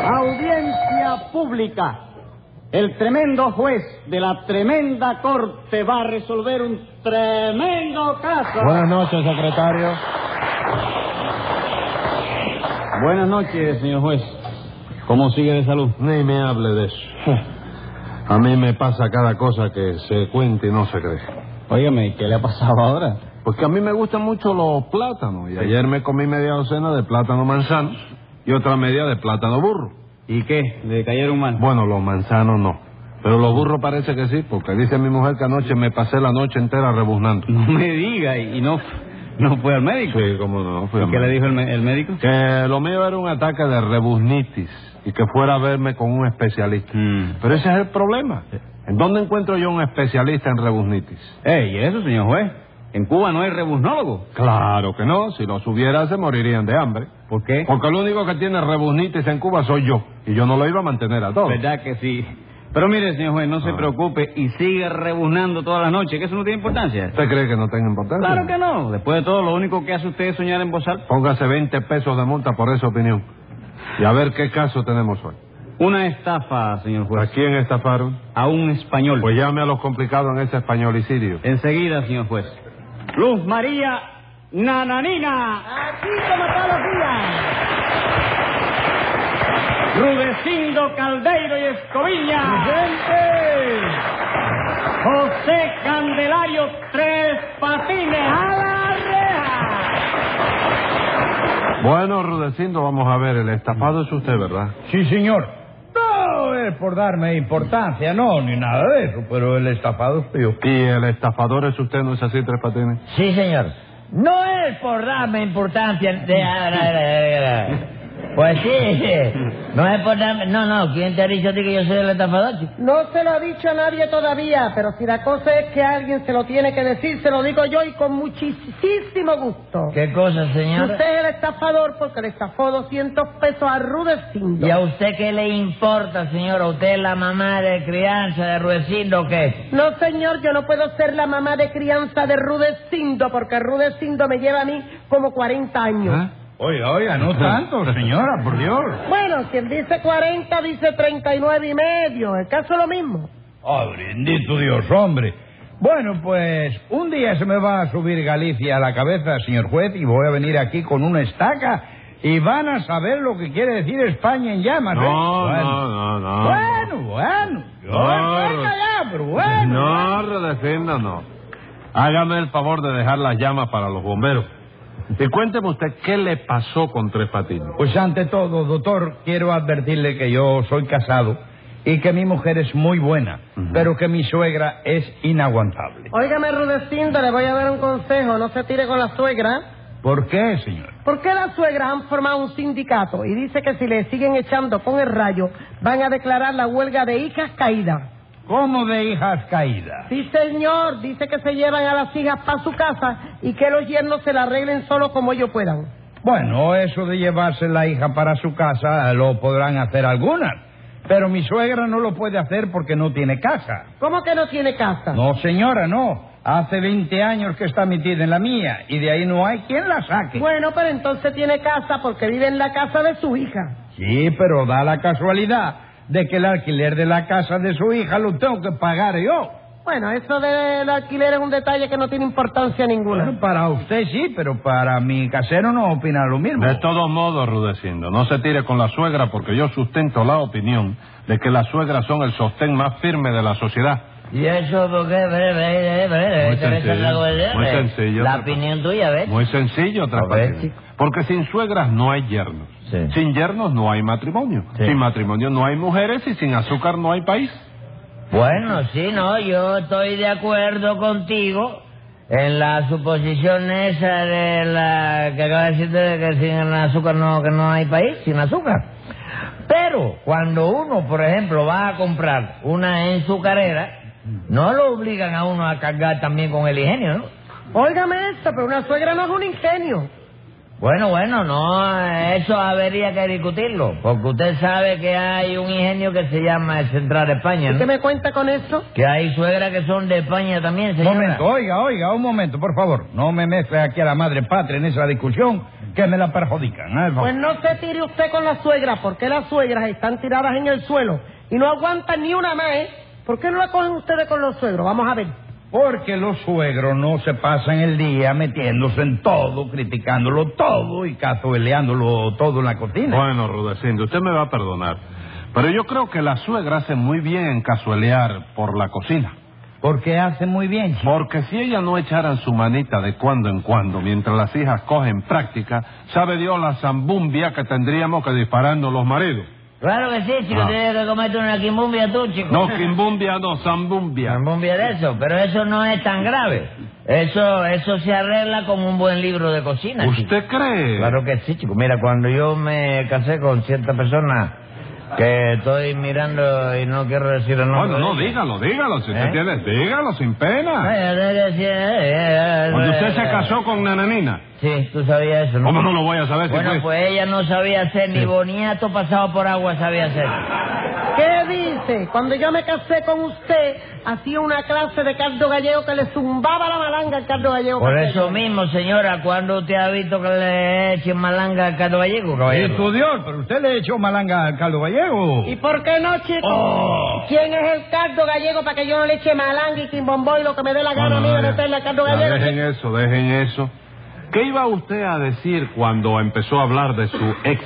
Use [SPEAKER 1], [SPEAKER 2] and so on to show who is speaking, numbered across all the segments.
[SPEAKER 1] Audiencia pública. El tremendo juez de la tremenda corte va a resolver un tremendo caso.
[SPEAKER 2] Buenas noches, secretario.
[SPEAKER 1] Buenas noches, señor juez. ¿Cómo sigue de salud?
[SPEAKER 2] Ni me hable de eso. A mí me pasa cada cosa que se cuenta y no se cree.
[SPEAKER 1] Óigame, ¿qué le ha pasado ahora?
[SPEAKER 2] Porque a mí me gustan mucho los plátanos. Y ayer me comí media docena de plátano manzano y otra media de plátano burro.
[SPEAKER 1] ¿Y qué? ¿Le cayeron mal?
[SPEAKER 2] Bueno, los manzanos no. Pero los burros parece que sí, porque dice mi mujer que anoche me pasé la noche entera rebuznando.
[SPEAKER 1] No me diga, y y no, no fue al médico.
[SPEAKER 2] Sí, cómo no. fui a
[SPEAKER 1] ¿Y ¿Qué
[SPEAKER 2] mar-
[SPEAKER 1] le dijo el, me- el médico?
[SPEAKER 2] Que lo mío era un ataque de rebuznitis y que fuera a verme con un especialista.
[SPEAKER 1] Mm.
[SPEAKER 2] Pero ese es el problema. ¿En dónde encuentro yo un especialista en rebuznitis?
[SPEAKER 1] Ey, ¿y eso, señor juez? En Cuba no hay rebuznólogo.
[SPEAKER 2] Claro que no, si los hubiera se morirían de hambre.
[SPEAKER 1] ¿Por qué?
[SPEAKER 2] Porque el único que tiene rebuznitis en Cuba soy yo, y yo no lo iba a mantener a todos.
[SPEAKER 1] ¿Verdad que sí? Pero mire, señor juez, no se
[SPEAKER 2] Ah.
[SPEAKER 1] preocupe y sigue rebuznando toda la noche, que eso no tiene importancia.
[SPEAKER 2] ¿Usted cree que no tenga importancia?
[SPEAKER 1] Claro que no. Después de todo, lo único que hace usted es soñar en voz alta.
[SPEAKER 2] Póngase 20 pesos de multa por esa opinión. Y a ver qué caso tenemos hoy.
[SPEAKER 1] Una estafa, señor
[SPEAKER 2] ¿A
[SPEAKER 1] juez,
[SPEAKER 2] quién estafaron?
[SPEAKER 1] a un español.
[SPEAKER 2] Pues llame a los complicados en ese españolicidio.
[SPEAKER 1] Enseguida, señor juez. Luz María Nananina. Aquí como todos los días. Rudecindo Caldeiro y Escobilla. José Candelario Tres Patines a la reja.
[SPEAKER 2] Bueno, Rudecindo, vamos a ver, el estafado es usted, ¿verdad?
[SPEAKER 3] Sí, señor. No es por darme importancia, no, ni nada de eso, pero el estafado soy yo.
[SPEAKER 2] Y el estafador es usted, ¿no es así, Tres Patines?
[SPEAKER 3] Sí, señor. No es por darme importancia. de- Pues sí, sí. No es por darme. No, no, ¿quién te ha dicho a ti que yo soy el estafador? chico?
[SPEAKER 4] No se lo ha dicho a nadie todavía, pero si la cosa es que alguien se lo tiene que decir, se lo digo yo y con muchísimo gusto.
[SPEAKER 3] ¿Qué cosa, señor?
[SPEAKER 4] Usted es el estafador porque le estafó 200 pesos a Rudecindo.
[SPEAKER 3] ¿Y a usted qué le importa, señor? ¿A usted es la mamá de crianza de Ruecindo o qué?
[SPEAKER 4] No, señor, yo no puedo ser la mamá de crianza de Rudecindo porque Rudecindo me lleva a mí como 40 años.
[SPEAKER 2] ¿Eh?
[SPEAKER 3] Oiga, oiga, no tanto, señora, por Dios.
[SPEAKER 4] Bueno, quien dice 40 dice 39 y medio. El caso es lo mismo.
[SPEAKER 3] ¡Ah, bendito Dios, hombre! Bueno, pues un día se me va a subir Galicia a la cabeza, señor juez, y voy a venir aquí con una estaca y van a saber lo que quiere decir España en llamas. ¿eh?
[SPEAKER 2] No,
[SPEAKER 3] bueno.
[SPEAKER 2] no, no, no.
[SPEAKER 3] Bueno, bueno. Yo
[SPEAKER 2] No.
[SPEAKER 3] estoy callado, pero bueno.
[SPEAKER 2] No, Rudecindo, no. Hágame el favor de dejar las llamas para los bomberos. Y cuénteme usted qué le pasó con Tres Patines.
[SPEAKER 3] Pues ante todo, doctor, quiero advertirle que yo soy casado y que mi mujer es muy buena, pero que mi suegra es inaguantable.
[SPEAKER 4] Óigame, Rudecindo, le voy a dar un consejo. No se tire con la suegra.
[SPEAKER 3] ¿Por qué, señor?
[SPEAKER 4] ¿Por qué las suegras han formado un sindicato y dice que si le siguen echando con el rayo van a declarar la huelga de hijas caídas?
[SPEAKER 3] ¿Cómo de hijas caídas?
[SPEAKER 4] Sí, señor, dice que se llevan a las hijas para su casa y que los yernos se la arreglen solo como ellos puedan.
[SPEAKER 3] Bueno, eso de llevarse la hija para su casa eh, lo podrán hacer algunas, pero mi suegra no lo puede hacer porque no tiene casa.
[SPEAKER 4] ¿Cómo que no tiene casa?
[SPEAKER 3] No, señora, no. Hace 20 años que está metida en la mía y de ahí no hay quien la saque.
[SPEAKER 4] Bueno, pero entonces tiene casa porque vive en la casa de su hija.
[SPEAKER 3] Sí, pero da la casualidad de que el alquiler de la casa de su hija lo tengo que pagar yo.
[SPEAKER 4] Bueno, eso del alquiler es un detalle que no tiene importancia
[SPEAKER 3] Bueno,
[SPEAKER 4] ninguna.
[SPEAKER 3] para usted sí, pero para mi casero no opina lo mismo.
[SPEAKER 2] De todos modos, Rudecindo, no se tire con la suegra porque yo sustento la opinión de que las suegras son el sostén más firme de la sociedad.
[SPEAKER 5] ¿Y eso por qué? Bre- bre- bre- bre-
[SPEAKER 2] Muy
[SPEAKER 5] esa- esa es
[SPEAKER 2] sencillo,
[SPEAKER 5] la cosa,
[SPEAKER 2] muy
[SPEAKER 5] bre-
[SPEAKER 2] sencillo.
[SPEAKER 5] La opinión tuya, ¿ves?
[SPEAKER 2] Muy sencillo, Tres
[SPEAKER 5] A ver,
[SPEAKER 2] Patines.
[SPEAKER 5] chico.
[SPEAKER 2] Porque sin suegras no hay yernos.
[SPEAKER 5] Sí.
[SPEAKER 2] Sin yernos no hay matrimonio.
[SPEAKER 5] Sí.
[SPEAKER 2] Sin matrimonio no hay mujeres y sin azúcar no hay país.
[SPEAKER 5] Bueno, sí, no, yo estoy de acuerdo contigo en la suposición esa de la que acabas de decirte de que sin el azúcar no, que no hay país, sin azúcar. Pero cuando uno, por ejemplo, va a comprar una enzucarera, no lo obligan a uno a cargar también con el ingenio, ¿no?
[SPEAKER 4] Óigame esto, pero una suegra no es un ingenio.
[SPEAKER 5] Bueno, bueno, no, eso habría que discutirlo, porque usted sabe que hay un ingenio que se llama el Central España,
[SPEAKER 4] ¿Y qué
[SPEAKER 5] ¿no?
[SPEAKER 4] me cuenta con eso?
[SPEAKER 5] Que hay suegras que son de España también,
[SPEAKER 3] Un
[SPEAKER 5] señora.
[SPEAKER 3] momento, oiga, oiga, un momento, por favor. No me mezcle aquí a la madre patria en esa discusión, que me la perjudican. ¿eh?
[SPEAKER 4] Pues no se tire usted con la suegra, porque las suegras están tiradas en el suelo y no aguantan ni una más, ¿eh? ¿Por qué no la cogen ustedes con los suegros? Vamos a ver.
[SPEAKER 3] Porque los suegros no se pasan el día metiéndose en todo, criticándolo todo y cazueleándolo todo en la cocina.
[SPEAKER 2] Bueno, Rudecindo, usted me va a perdonar. Pero yo creo que la suegra hace muy bien en casuelear por la cocina.
[SPEAKER 3] Porque hace muy bien. chico.
[SPEAKER 2] Porque si ella no echaran su manita de cuando en cuando, mientras las hijas cogen práctica, sabe Dios la zambumbia que tendríamos que dispararnos los maridos.
[SPEAKER 5] Claro que sí, chico,
[SPEAKER 2] Ah.
[SPEAKER 5] tienes que comerte una quimbumbia tú, chico.
[SPEAKER 2] No, quimbumbia no, zambumbia.
[SPEAKER 5] Quimbumbia de eso, pero eso no es tan grave. Eso eso se arregla con un buen libro de cocina. chico.
[SPEAKER 2] ¿Usted cree?
[SPEAKER 5] Claro que sí, chico. Mira, cuando yo me casé con cierta persona que estoy mirando y no quiero decir el nombre.
[SPEAKER 2] Bueno, no,
[SPEAKER 5] de ella.
[SPEAKER 2] dígalo, dígalo, si usted
[SPEAKER 5] ¿Eh?
[SPEAKER 2] tiene... Dígalo, sin pena.
[SPEAKER 5] Ay, ay, ay, ay, ay, ay, ay,
[SPEAKER 2] Cuando
[SPEAKER 3] eh,
[SPEAKER 2] usted
[SPEAKER 5] ay,
[SPEAKER 2] se
[SPEAKER 5] ay.
[SPEAKER 2] casó con Nananina,
[SPEAKER 5] Sí, tú sabías eso, ¿no?
[SPEAKER 2] ¿cómo no lo voy a saber si
[SPEAKER 5] Bueno,
[SPEAKER 2] fue?
[SPEAKER 5] pues ella no sabía hacer ni boniato pasado por agua sabía hacer.
[SPEAKER 4] ¿Qué dice? Cuando yo me casé con usted, hacía una clase de caldo gallego que le zumbaba la malanga al caldo gallego.
[SPEAKER 5] Por
[SPEAKER 4] que
[SPEAKER 5] eso
[SPEAKER 4] hacía.
[SPEAKER 5] mismo, señora, cuando usted ha visto que le echen malanga al Cato Gallego, caballero?
[SPEAKER 3] Estudió, pero usted le echó malanga al caldo gallego.
[SPEAKER 4] ¿Y por qué no, chicos?
[SPEAKER 5] Oh.
[SPEAKER 2] Oh.
[SPEAKER 4] ¿Quién es el caldo gallego para que yo no le eche malanga y quimbombó y lo que me dé la gana a mí de
[SPEAKER 2] ya.
[SPEAKER 4] meterle al caldo
[SPEAKER 2] Ya,
[SPEAKER 4] gallego?
[SPEAKER 2] dejen eso, dejen eso. ¿Qué iba usted a decir cuando empezó a hablar de su ex?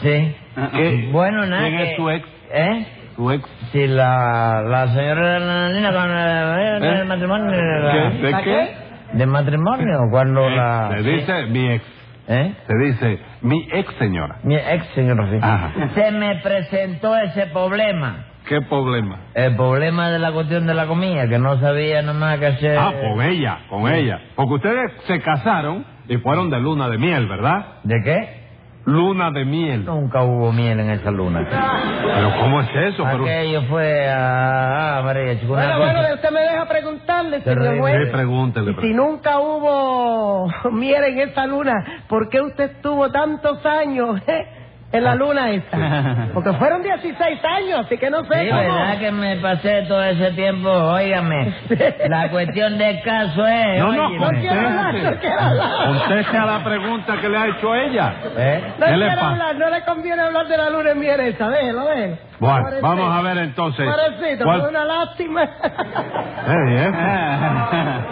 [SPEAKER 5] Sí.
[SPEAKER 2] ¿Qué?
[SPEAKER 5] Ah, Bueno, nada.
[SPEAKER 2] ¿Quién es
[SPEAKER 5] que-
[SPEAKER 2] su ex?
[SPEAKER 5] ¿Eh?
[SPEAKER 2] ¿Su ex?
[SPEAKER 5] Si la, la señora de la nena con el,
[SPEAKER 2] ¿Eh?
[SPEAKER 5] del matrimonio. la-
[SPEAKER 2] ¿Qué? ¿De
[SPEAKER 5] ¿La
[SPEAKER 2] qué?
[SPEAKER 5] De matrimonio, cuando
[SPEAKER 2] Ex.
[SPEAKER 5] la.
[SPEAKER 2] ¿Eh? Se dice mi ex.
[SPEAKER 5] ¿Eh?
[SPEAKER 2] Se dice mi ex señora.
[SPEAKER 5] Mi ex señor sí.
[SPEAKER 2] Ajá.
[SPEAKER 5] Ah. Se me presentó ese problema.
[SPEAKER 2] ¿Qué problema?
[SPEAKER 5] El problema de la cuestión de la comida, que no sabía nada más que hacer.
[SPEAKER 2] Ah, con ella, con ella. Porque ustedes se casaron y fueron de luna de miel, ¿verdad?
[SPEAKER 5] ¿De qué?
[SPEAKER 2] Luna de miel.
[SPEAKER 5] Nunca hubo miel en esa luna.
[SPEAKER 4] Ah.
[SPEAKER 2] Pero ¿cómo es eso? Pero
[SPEAKER 5] Aquello fue a. Ah, María Chico, una
[SPEAKER 4] Bueno,
[SPEAKER 5] cosa.
[SPEAKER 4] bueno, que usted me deja preguntarle, señor
[SPEAKER 5] Terrible.
[SPEAKER 2] Sí,
[SPEAKER 4] juez.
[SPEAKER 2] pregúntele.
[SPEAKER 4] Y si nunca hubo miel en esa luna, ¿por qué usted estuvo tantos años eh, en
[SPEAKER 2] Ah.
[SPEAKER 4] la luna esa? Porque fueron 16 años, así que no sé
[SPEAKER 5] Sí,
[SPEAKER 4] cómo.
[SPEAKER 5] verdad que me pasé todo ese tiempo, óigame. La cuestión del caso es...
[SPEAKER 2] No, no,
[SPEAKER 5] óyeme,
[SPEAKER 4] No quiero hablar, no quiero hablar.
[SPEAKER 2] Conteste a la pregunta que le ha hecho ella.
[SPEAKER 5] ¿eh?
[SPEAKER 4] No
[SPEAKER 2] ¿Qué le
[SPEAKER 4] quiero
[SPEAKER 2] pasa?
[SPEAKER 4] hablar, no le conviene hablar de la luna en miel esa, déjelo, déjelo.
[SPEAKER 2] Bueno,
[SPEAKER 4] Pobrecito.
[SPEAKER 2] vamos a ver entonces.
[SPEAKER 4] Pobrecito,
[SPEAKER 2] ¿Cuál-
[SPEAKER 4] fue una lástima.
[SPEAKER 2] Ey, eso.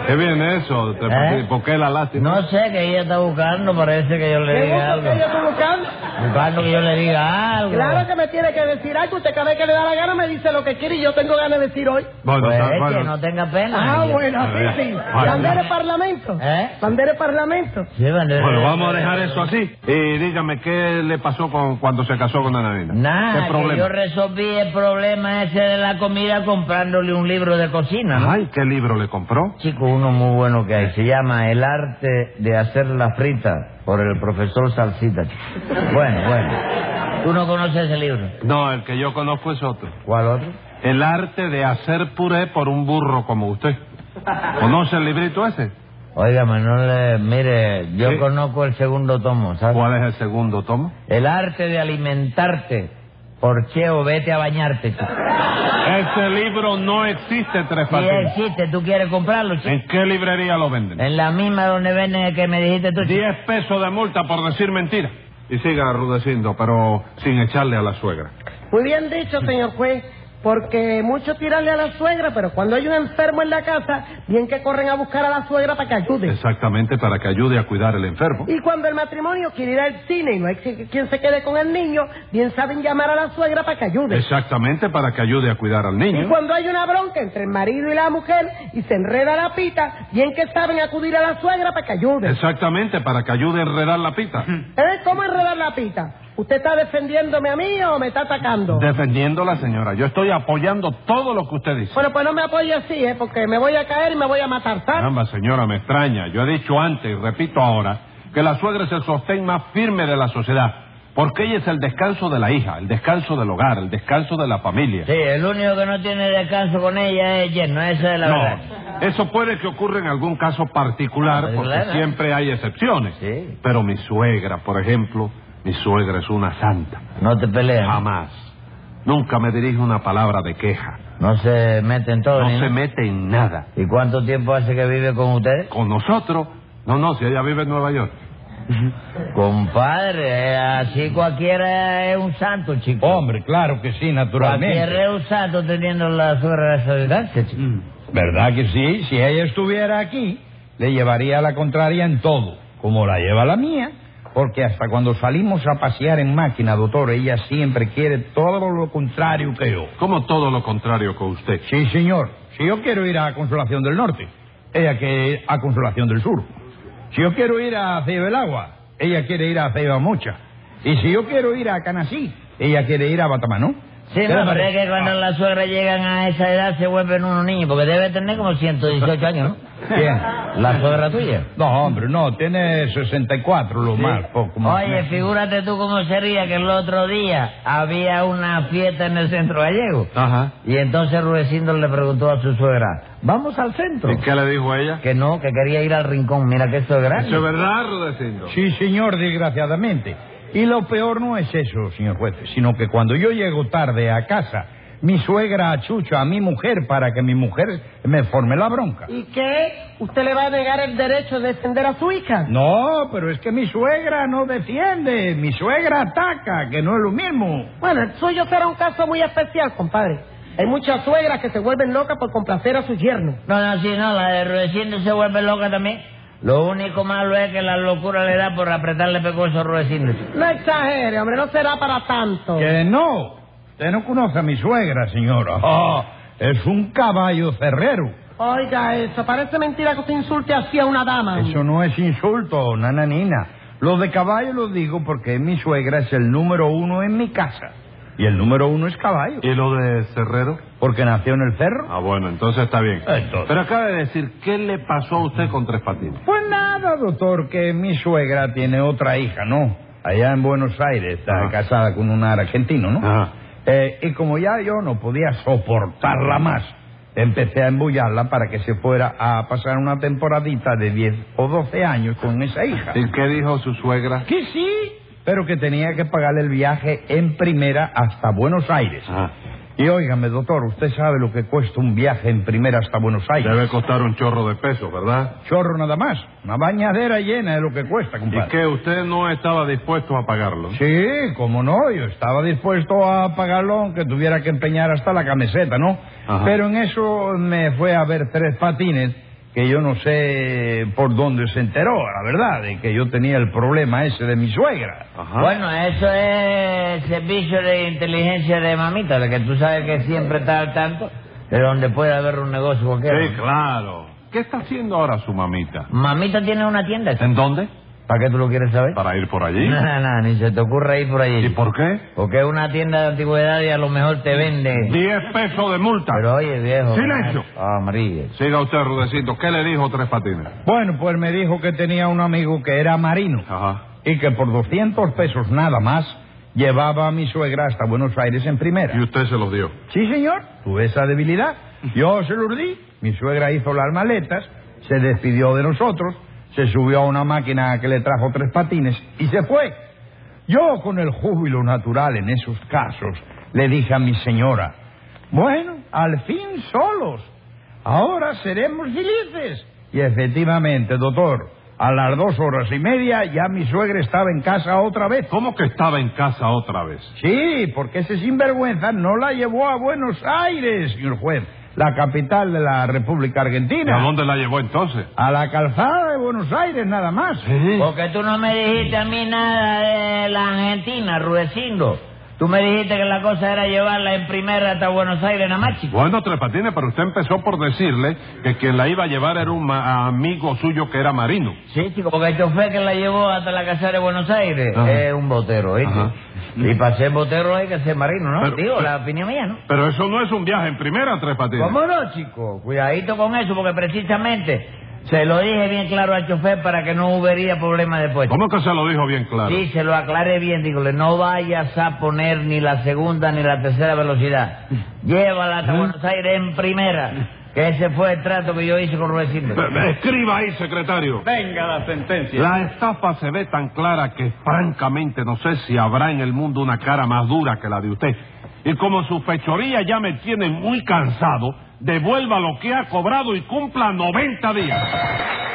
[SPEAKER 2] ¿Qué viene eso? ¿Te-
[SPEAKER 5] Ah. ¿Eh?
[SPEAKER 2] ¿Por qué la lástima?
[SPEAKER 5] No sé que ella está buscando, parece que yo le
[SPEAKER 4] ¿Qué
[SPEAKER 5] diga
[SPEAKER 4] gusto que yo
[SPEAKER 5] algo.
[SPEAKER 4] estoy buscando?
[SPEAKER 5] Buscando que yo le diga algo.
[SPEAKER 4] Claro que me tiene que decir algo, usted cada vez que le da la gana me dice lo que quiere y yo tengo ganas de decir hoy.
[SPEAKER 2] Bueno,
[SPEAKER 5] Pues
[SPEAKER 2] está-
[SPEAKER 5] es
[SPEAKER 2] bueno.
[SPEAKER 5] que no tenga pena.
[SPEAKER 4] Ah,
[SPEAKER 5] ella.
[SPEAKER 4] bueno,
[SPEAKER 2] Bueno,
[SPEAKER 4] sí, sí.
[SPEAKER 2] bueno.
[SPEAKER 4] Bandera de parlamento.
[SPEAKER 5] ¿Eh?
[SPEAKER 4] Bandera de parlamento.
[SPEAKER 5] Sí, bueno,
[SPEAKER 2] Bueno, vamos a dejar eso así. Y dígame, ¿qué le pasó con cuando se casó con Nananina?
[SPEAKER 5] Nada,
[SPEAKER 2] ¿Qué
[SPEAKER 5] que yo
[SPEAKER 2] problema?
[SPEAKER 5] resolví el problema ese de la comida comprándole un libro de cocina, ¿no?
[SPEAKER 2] Ay, ¿qué libro le compró?
[SPEAKER 5] Chico, uno muy bueno que hay, se llama El arte de hacer la frita, por el profesor Salsita. chico. Bueno, bueno. ¿Tú no conoces ese libro?
[SPEAKER 2] No, el que yo conozco es otro.
[SPEAKER 5] ¿Cuál otro?
[SPEAKER 2] El arte de hacer puré por un burro como usted. ¿Conoce el librito ese?
[SPEAKER 5] Óigame, no le... Mire, yo
[SPEAKER 2] Sí.
[SPEAKER 5] conozco el segundo tomo, ¿sabes?
[SPEAKER 2] ¿Cuál es el segundo tomo?
[SPEAKER 5] El arte de alimentarte. Por Cheo, vete a bañarte, chico.
[SPEAKER 2] Ese libro no existe, Tres
[SPEAKER 5] Si
[SPEAKER 2] Patines.
[SPEAKER 5] existe, ¿tú quieres comprarlo, chico?
[SPEAKER 2] ¿En qué librería lo venden?
[SPEAKER 5] En la misma donde venden el que me dijiste tú, chico.
[SPEAKER 2] Diez pesos de multa por decir mentira. Y siga arrudeciendo, pero sin echarle a la suegra.
[SPEAKER 4] Muy bien dicho, señor juez, porque mucho tirarle a la suegra, pero cuando hay un enfermo en la casa, bien que corren a buscar a la suegra para que ayude.
[SPEAKER 2] Exactamente, para que ayude a cuidar al enfermo.
[SPEAKER 4] Y cuando el matrimonio quiere ir al cine y no hay que- quien se quede con el niño, bien saben llamar a la suegra para que ayude.
[SPEAKER 2] Exactamente, para que ayude a cuidar al
[SPEAKER 4] Y
[SPEAKER 2] niño.
[SPEAKER 4] cuando hay una bronca entre el marido y la mujer y se enreda la pita, bien que saben acudir a la suegra para que ayude.
[SPEAKER 2] Exactamente, para que ayude a enredar la pita.
[SPEAKER 4] ¿Eh? ¿Cómo enredar la pita? ¿Usted está defendiéndome a mí o me está atacando?
[SPEAKER 2] Defendiendo la señora. Yo estoy apoyando todo lo que usted dice.
[SPEAKER 4] Bueno, pues no me apoye así, ¿eh? Porque me voy a caer y me voy a matar, ¿sabes?
[SPEAKER 2] Caramba, señora, me extraña. Yo he dicho antes y repito ahora que la suegra es el sostén más firme de la sociedad. Porque ella es el descanso de la hija, el descanso del hogar, el descanso de la familia.
[SPEAKER 5] Sí, el único que no tiene descanso con ella es Jen, no, esa es la verdad.
[SPEAKER 2] No, eso puede que ocurra en algún caso particular,
[SPEAKER 5] Ah,
[SPEAKER 2] porque
[SPEAKER 5] claro.
[SPEAKER 2] siempre hay excepciones.
[SPEAKER 5] Sí.
[SPEAKER 2] Pero mi suegra, por ejemplo, mi suegra es una santa.
[SPEAKER 5] No te peleas.
[SPEAKER 2] Jamás. Nunca me dirige una palabra de queja.
[SPEAKER 5] No se mete en todo.
[SPEAKER 2] No
[SPEAKER 5] ni
[SPEAKER 2] se
[SPEAKER 5] nada.
[SPEAKER 2] mete en nada.
[SPEAKER 5] ¿Y cuánto tiempo hace que vive con ustedes?
[SPEAKER 2] Con nosotros, no, no, si ella vive en Nueva York.
[SPEAKER 5] Compadre, eh, así cualquiera es un santo, chico.
[SPEAKER 3] Hombre, claro que sí, naturalmente.
[SPEAKER 5] Cualquiera es un santo teniendo la suegra de esa elegancia, chico.
[SPEAKER 3] ¿Verdad que sí? Si ella estuviera aquí, le llevaría la contraria en todo, como la lleva la mía. Porque hasta cuando salimos a pasear en máquina, doctor, ella siempre quiere todo lo contrario que yo.
[SPEAKER 2] Como todo lo contrario con usted.
[SPEAKER 3] Sí, señor. Si yo quiero ir a Consolación del Norte, ella quiere ir a Consolación del Sur. Si yo quiero ir a Ceiba el Agua, ella quiere ir a Ceiba Mocha. Y si yo quiero ir a Canasí, ella quiere ir a Batamanú.
[SPEAKER 5] Sí,
[SPEAKER 3] ¿Qué le
[SPEAKER 5] no, pero ah.
[SPEAKER 3] parece? Ah.
[SPEAKER 5] es que cuando las suegras llegan a esa edad se vuelven unos niños, porque debe tener como 118 años,
[SPEAKER 3] Bien.
[SPEAKER 5] ¿no? La suegra tuya.
[SPEAKER 3] No, hombre, no, tiene 64 lo más,
[SPEAKER 5] Oh,
[SPEAKER 3] poco más.
[SPEAKER 5] Oye, figúrate tú cómo sería que el otro día había una fiesta en el centro gallego.
[SPEAKER 2] Ajá.
[SPEAKER 5] Y entonces Rudecindo le preguntó a su suegra, ¿vamos al centro?
[SPEAKER 2] ¿Y qué le dijo ella?
[SPEAKER 5] Que no, que quería ir al rincón. Mira que eso es grande.
[SPEAKER 2] Eso es verdad, Rudecindo.
[SPEAKER 3] Sí, señor, desgraciadamente. Y lo peor no es eso, señor juez, sino que cuando yo llego tarde a casa, mi suegra achucha a mi mujer para que mi mujer me forme la bronca.
[SPEAKER 4] ¿Y qué? ¿Usted le va a negar el derecho de defender a su hija?
[SPEAKER 3] No, pero es que mi suegra no defiende, mi suegra ataca, que no es lo mismo.
[SPEAKER 4] Bueno, el suyo será un caso muy especial, compadre. Hay muchas suegras que se vuelven locas por complacer a sus yernos.
[SPEAKER 5] No, no, sí, no, la de Rudecindo se vuelve loca también. Lo único malo es que la locura le da por apretarle pecoso a Rudecindo.
[SPEAKER 4] No exagere, hombre, no será para tanto.
[SPEAKER 3] Que no, usted no conoce a mi suegra, señora. Ah, es un caballo cerrero.
[SPEAKER 4] Oiga, eso, parece mentira que usted insulte así a una dama.
[SPEAKER 3] Eso no es insulto, nananina. Lo de caballo lo digo porque mi suegra es el número uno en mi casa. Y el número uno es caballo,
[SPEAKER 2] ¿Y lo de Cerrero?
[SPEAKER 3] porque nació en el cerro.
[SPEAKER 2] Ah, bueno, entonces está bien.
[SPEAKER 3] Entonces.
[SPEAKER 2] Pero acaba de decir, ¿qué le pasó a usted con Tres Patines?
[SPEAKER 3] Pues nada, doctor, que mi suegra tiene otra hija, ¿no? Allá en Buenos Aires, está
[SPEAKER 2] Ajá.
[SPEAKER 3] casada con un argentino, ¿no?
[SPEAKER 2] Ajá.
[SPEAKER 3] Eh, y como ya yo no podía soportarla más, empecé a embullarla para que se fuera a pasar una temporadita de 10 o 12 años con esa hija.
[SPEAKER 2] ¿Y qué dijo su suegra?
[SPEAKER 3] Que sí, pero que tenía que pagarle el viaje en primera hasta Buenos Aires.
[SPEAKER 2] Ah,
[SPEAKER 3] Y óigame, doctor, usted sabe lo que cuesta un viaje en primera hasta Buenos Aires.
[SPEAKER 2] debe costar un chorro de peso, ¿verdad?
[SPEAKER 3] Chorro nada más. Una bañadera llena de lo que cuesta,
[SPEAKER 2] ¿Y
[SPEAKER 3] compadre.
[SPEAKER 2] que usted no estaba dispuesto a pagarlo?
[SPEAKER 3] Sí, cómo no, yo estaba dispuesto a pagarlo aunque tuviera que empeñar hasta la camiseta, ¿no?
[SPEAKER 2] Ajá.
[SPEAKER 3] Pero en eso me fue a ver tres patines que yo no sé por dónde se enteró, la verdad, de que yo tenía el problema ese de mi suegra.
[SPEAKER 2] Ajá.
[SPEAKER 5] Bueno, eso es servicio de inteligencia de mamita, de que tú sabes que siempre está al tanto de donde puede haber un negocio cualquiera.
[SPEAKER 2] Sí, claro. ¿Qué está haciendo ahora su mamita?
[SPEAKER 5] Mamita tiene una tienda. chico.
[SPEAKER 2] ¿En dónde?
[SPEAKER 5] ¿Para qué tú lo quieres saber?
[SPEAKER 2] Para ir por allí.
[SPEAKER 5] No, no, no, ni se te ocurra ir por allí.
[SPEAKER 2] ¿Y por qué?
[SPEAKER 5] Porque es una tienda de antigüedad y a lo mejor te vende.
[SPEAKER 2] Diez pesos de multa.
[SPEAKER 5] Pero oye, viejo.
[SPEAKER 2] Silencio.
[SPEAKER 5] Ah, María.
[SPEAKER 2] Siga usted, Rudecito. ¿Qué le dijo Tres Patines?
[SPEAKER 3] Bueno, pues me dijo que tenía un amigo que era marino
[SPEAKER 2] Ajá.
[SPEAKER 3] y que por 200 pesos nada más llevaba a mi suegra hasta Buenos Aires en primera.
[SPEAKER 2] Y usted se los dio.
[SPEAKER 3] Sí, señor, tuve esa debilidad. Yo se lo urdí. Mi suegra hizo las maletas, se despidió de nosotros, se subió a una máquina que le trajo tres patines y se fue. Yo, con el júbilo natural en esos casos, le dije a mi señora, bueno, al fin solos, ahora seremos felices. Y efectivamente, doctor, a las dos horas y media ya mi suegra estaba en casa otra vez.
[SPEAKER 2] ¿Cómo que estaba en casa otra vez?
[SPEAKER 3] Sí, porque ese sinvergüenza no la llevó a Buenos Aires, señor juez, la capital de la
[SPEAKER 2] ¿Y
[SPEAKER 3] República
[SPEAKER 2] a
[SPEAKER 3] Argentina.
[SPEAKER 2] dónde la llevó entonces?
[SPEAKER 3] A la calzada de Buenos Aires, nada más.
[SPEAKER 5] Porque tú no me dijiste a mí nada de la Argentina, Rudecindo. Tú me dijiste que la cosa era llevarla en primera hasta Buenos Aires, nada más, chico.
[SPEAKER 2] Bueno, Tres Patines, pero usted empezó por decirle que quien la iba a llevar era un ma- amigo suyo que era marino.
[SPEAKER 5] Sí, chico, porque el chofer que la llevó hasta la casa de Buenos Aires
[SPEAKER 2] Ajá.
[SPEAKER 5] es un botero, ¿oíste?
[SPEAKER 2] Ajá.
[SPEAKER 5] Y para ser botero hay que ser marino, ¿no?
[SPEAKER 2] Pero-
[SPEAKER 5] Digo,
[SPEAKER 2] pero-
[SPEAKER 5] la opinión mía, ¿no?
[SPEAKER 2] Pero eso no es un viaje en primera, Tres Patines.
[SPEAKER 5] ¿Cómo no, chico? Cuidadito con eso, porque precisamente se lo dije bien claro al chofer para que no hubiera problema después.
[SPEAKER 2] ¿Cómo que se lo dijo bien claro?
[SPEAKER 5] Sí, se lo aclaré bien, dígole, no vayas a poner ni la segunda ni la tercera velocidad. Llévala hasta Buenos Aires en primera, que ese fue el trato que yo hice con Rudecindo.
[SPEAKER 2] Ve- ve, Escriba ahí, secretario.
[SPEAKER 1] Venga la sentencia.
[SPEAKER 2] La estafa se ve tan clara que francamente no sé si habrá en el mundo una cara más dura que la de usted. Y como su fechoría ya me tiene muy cansado, devuelva lo que ha cobrado y cumpla 90 días.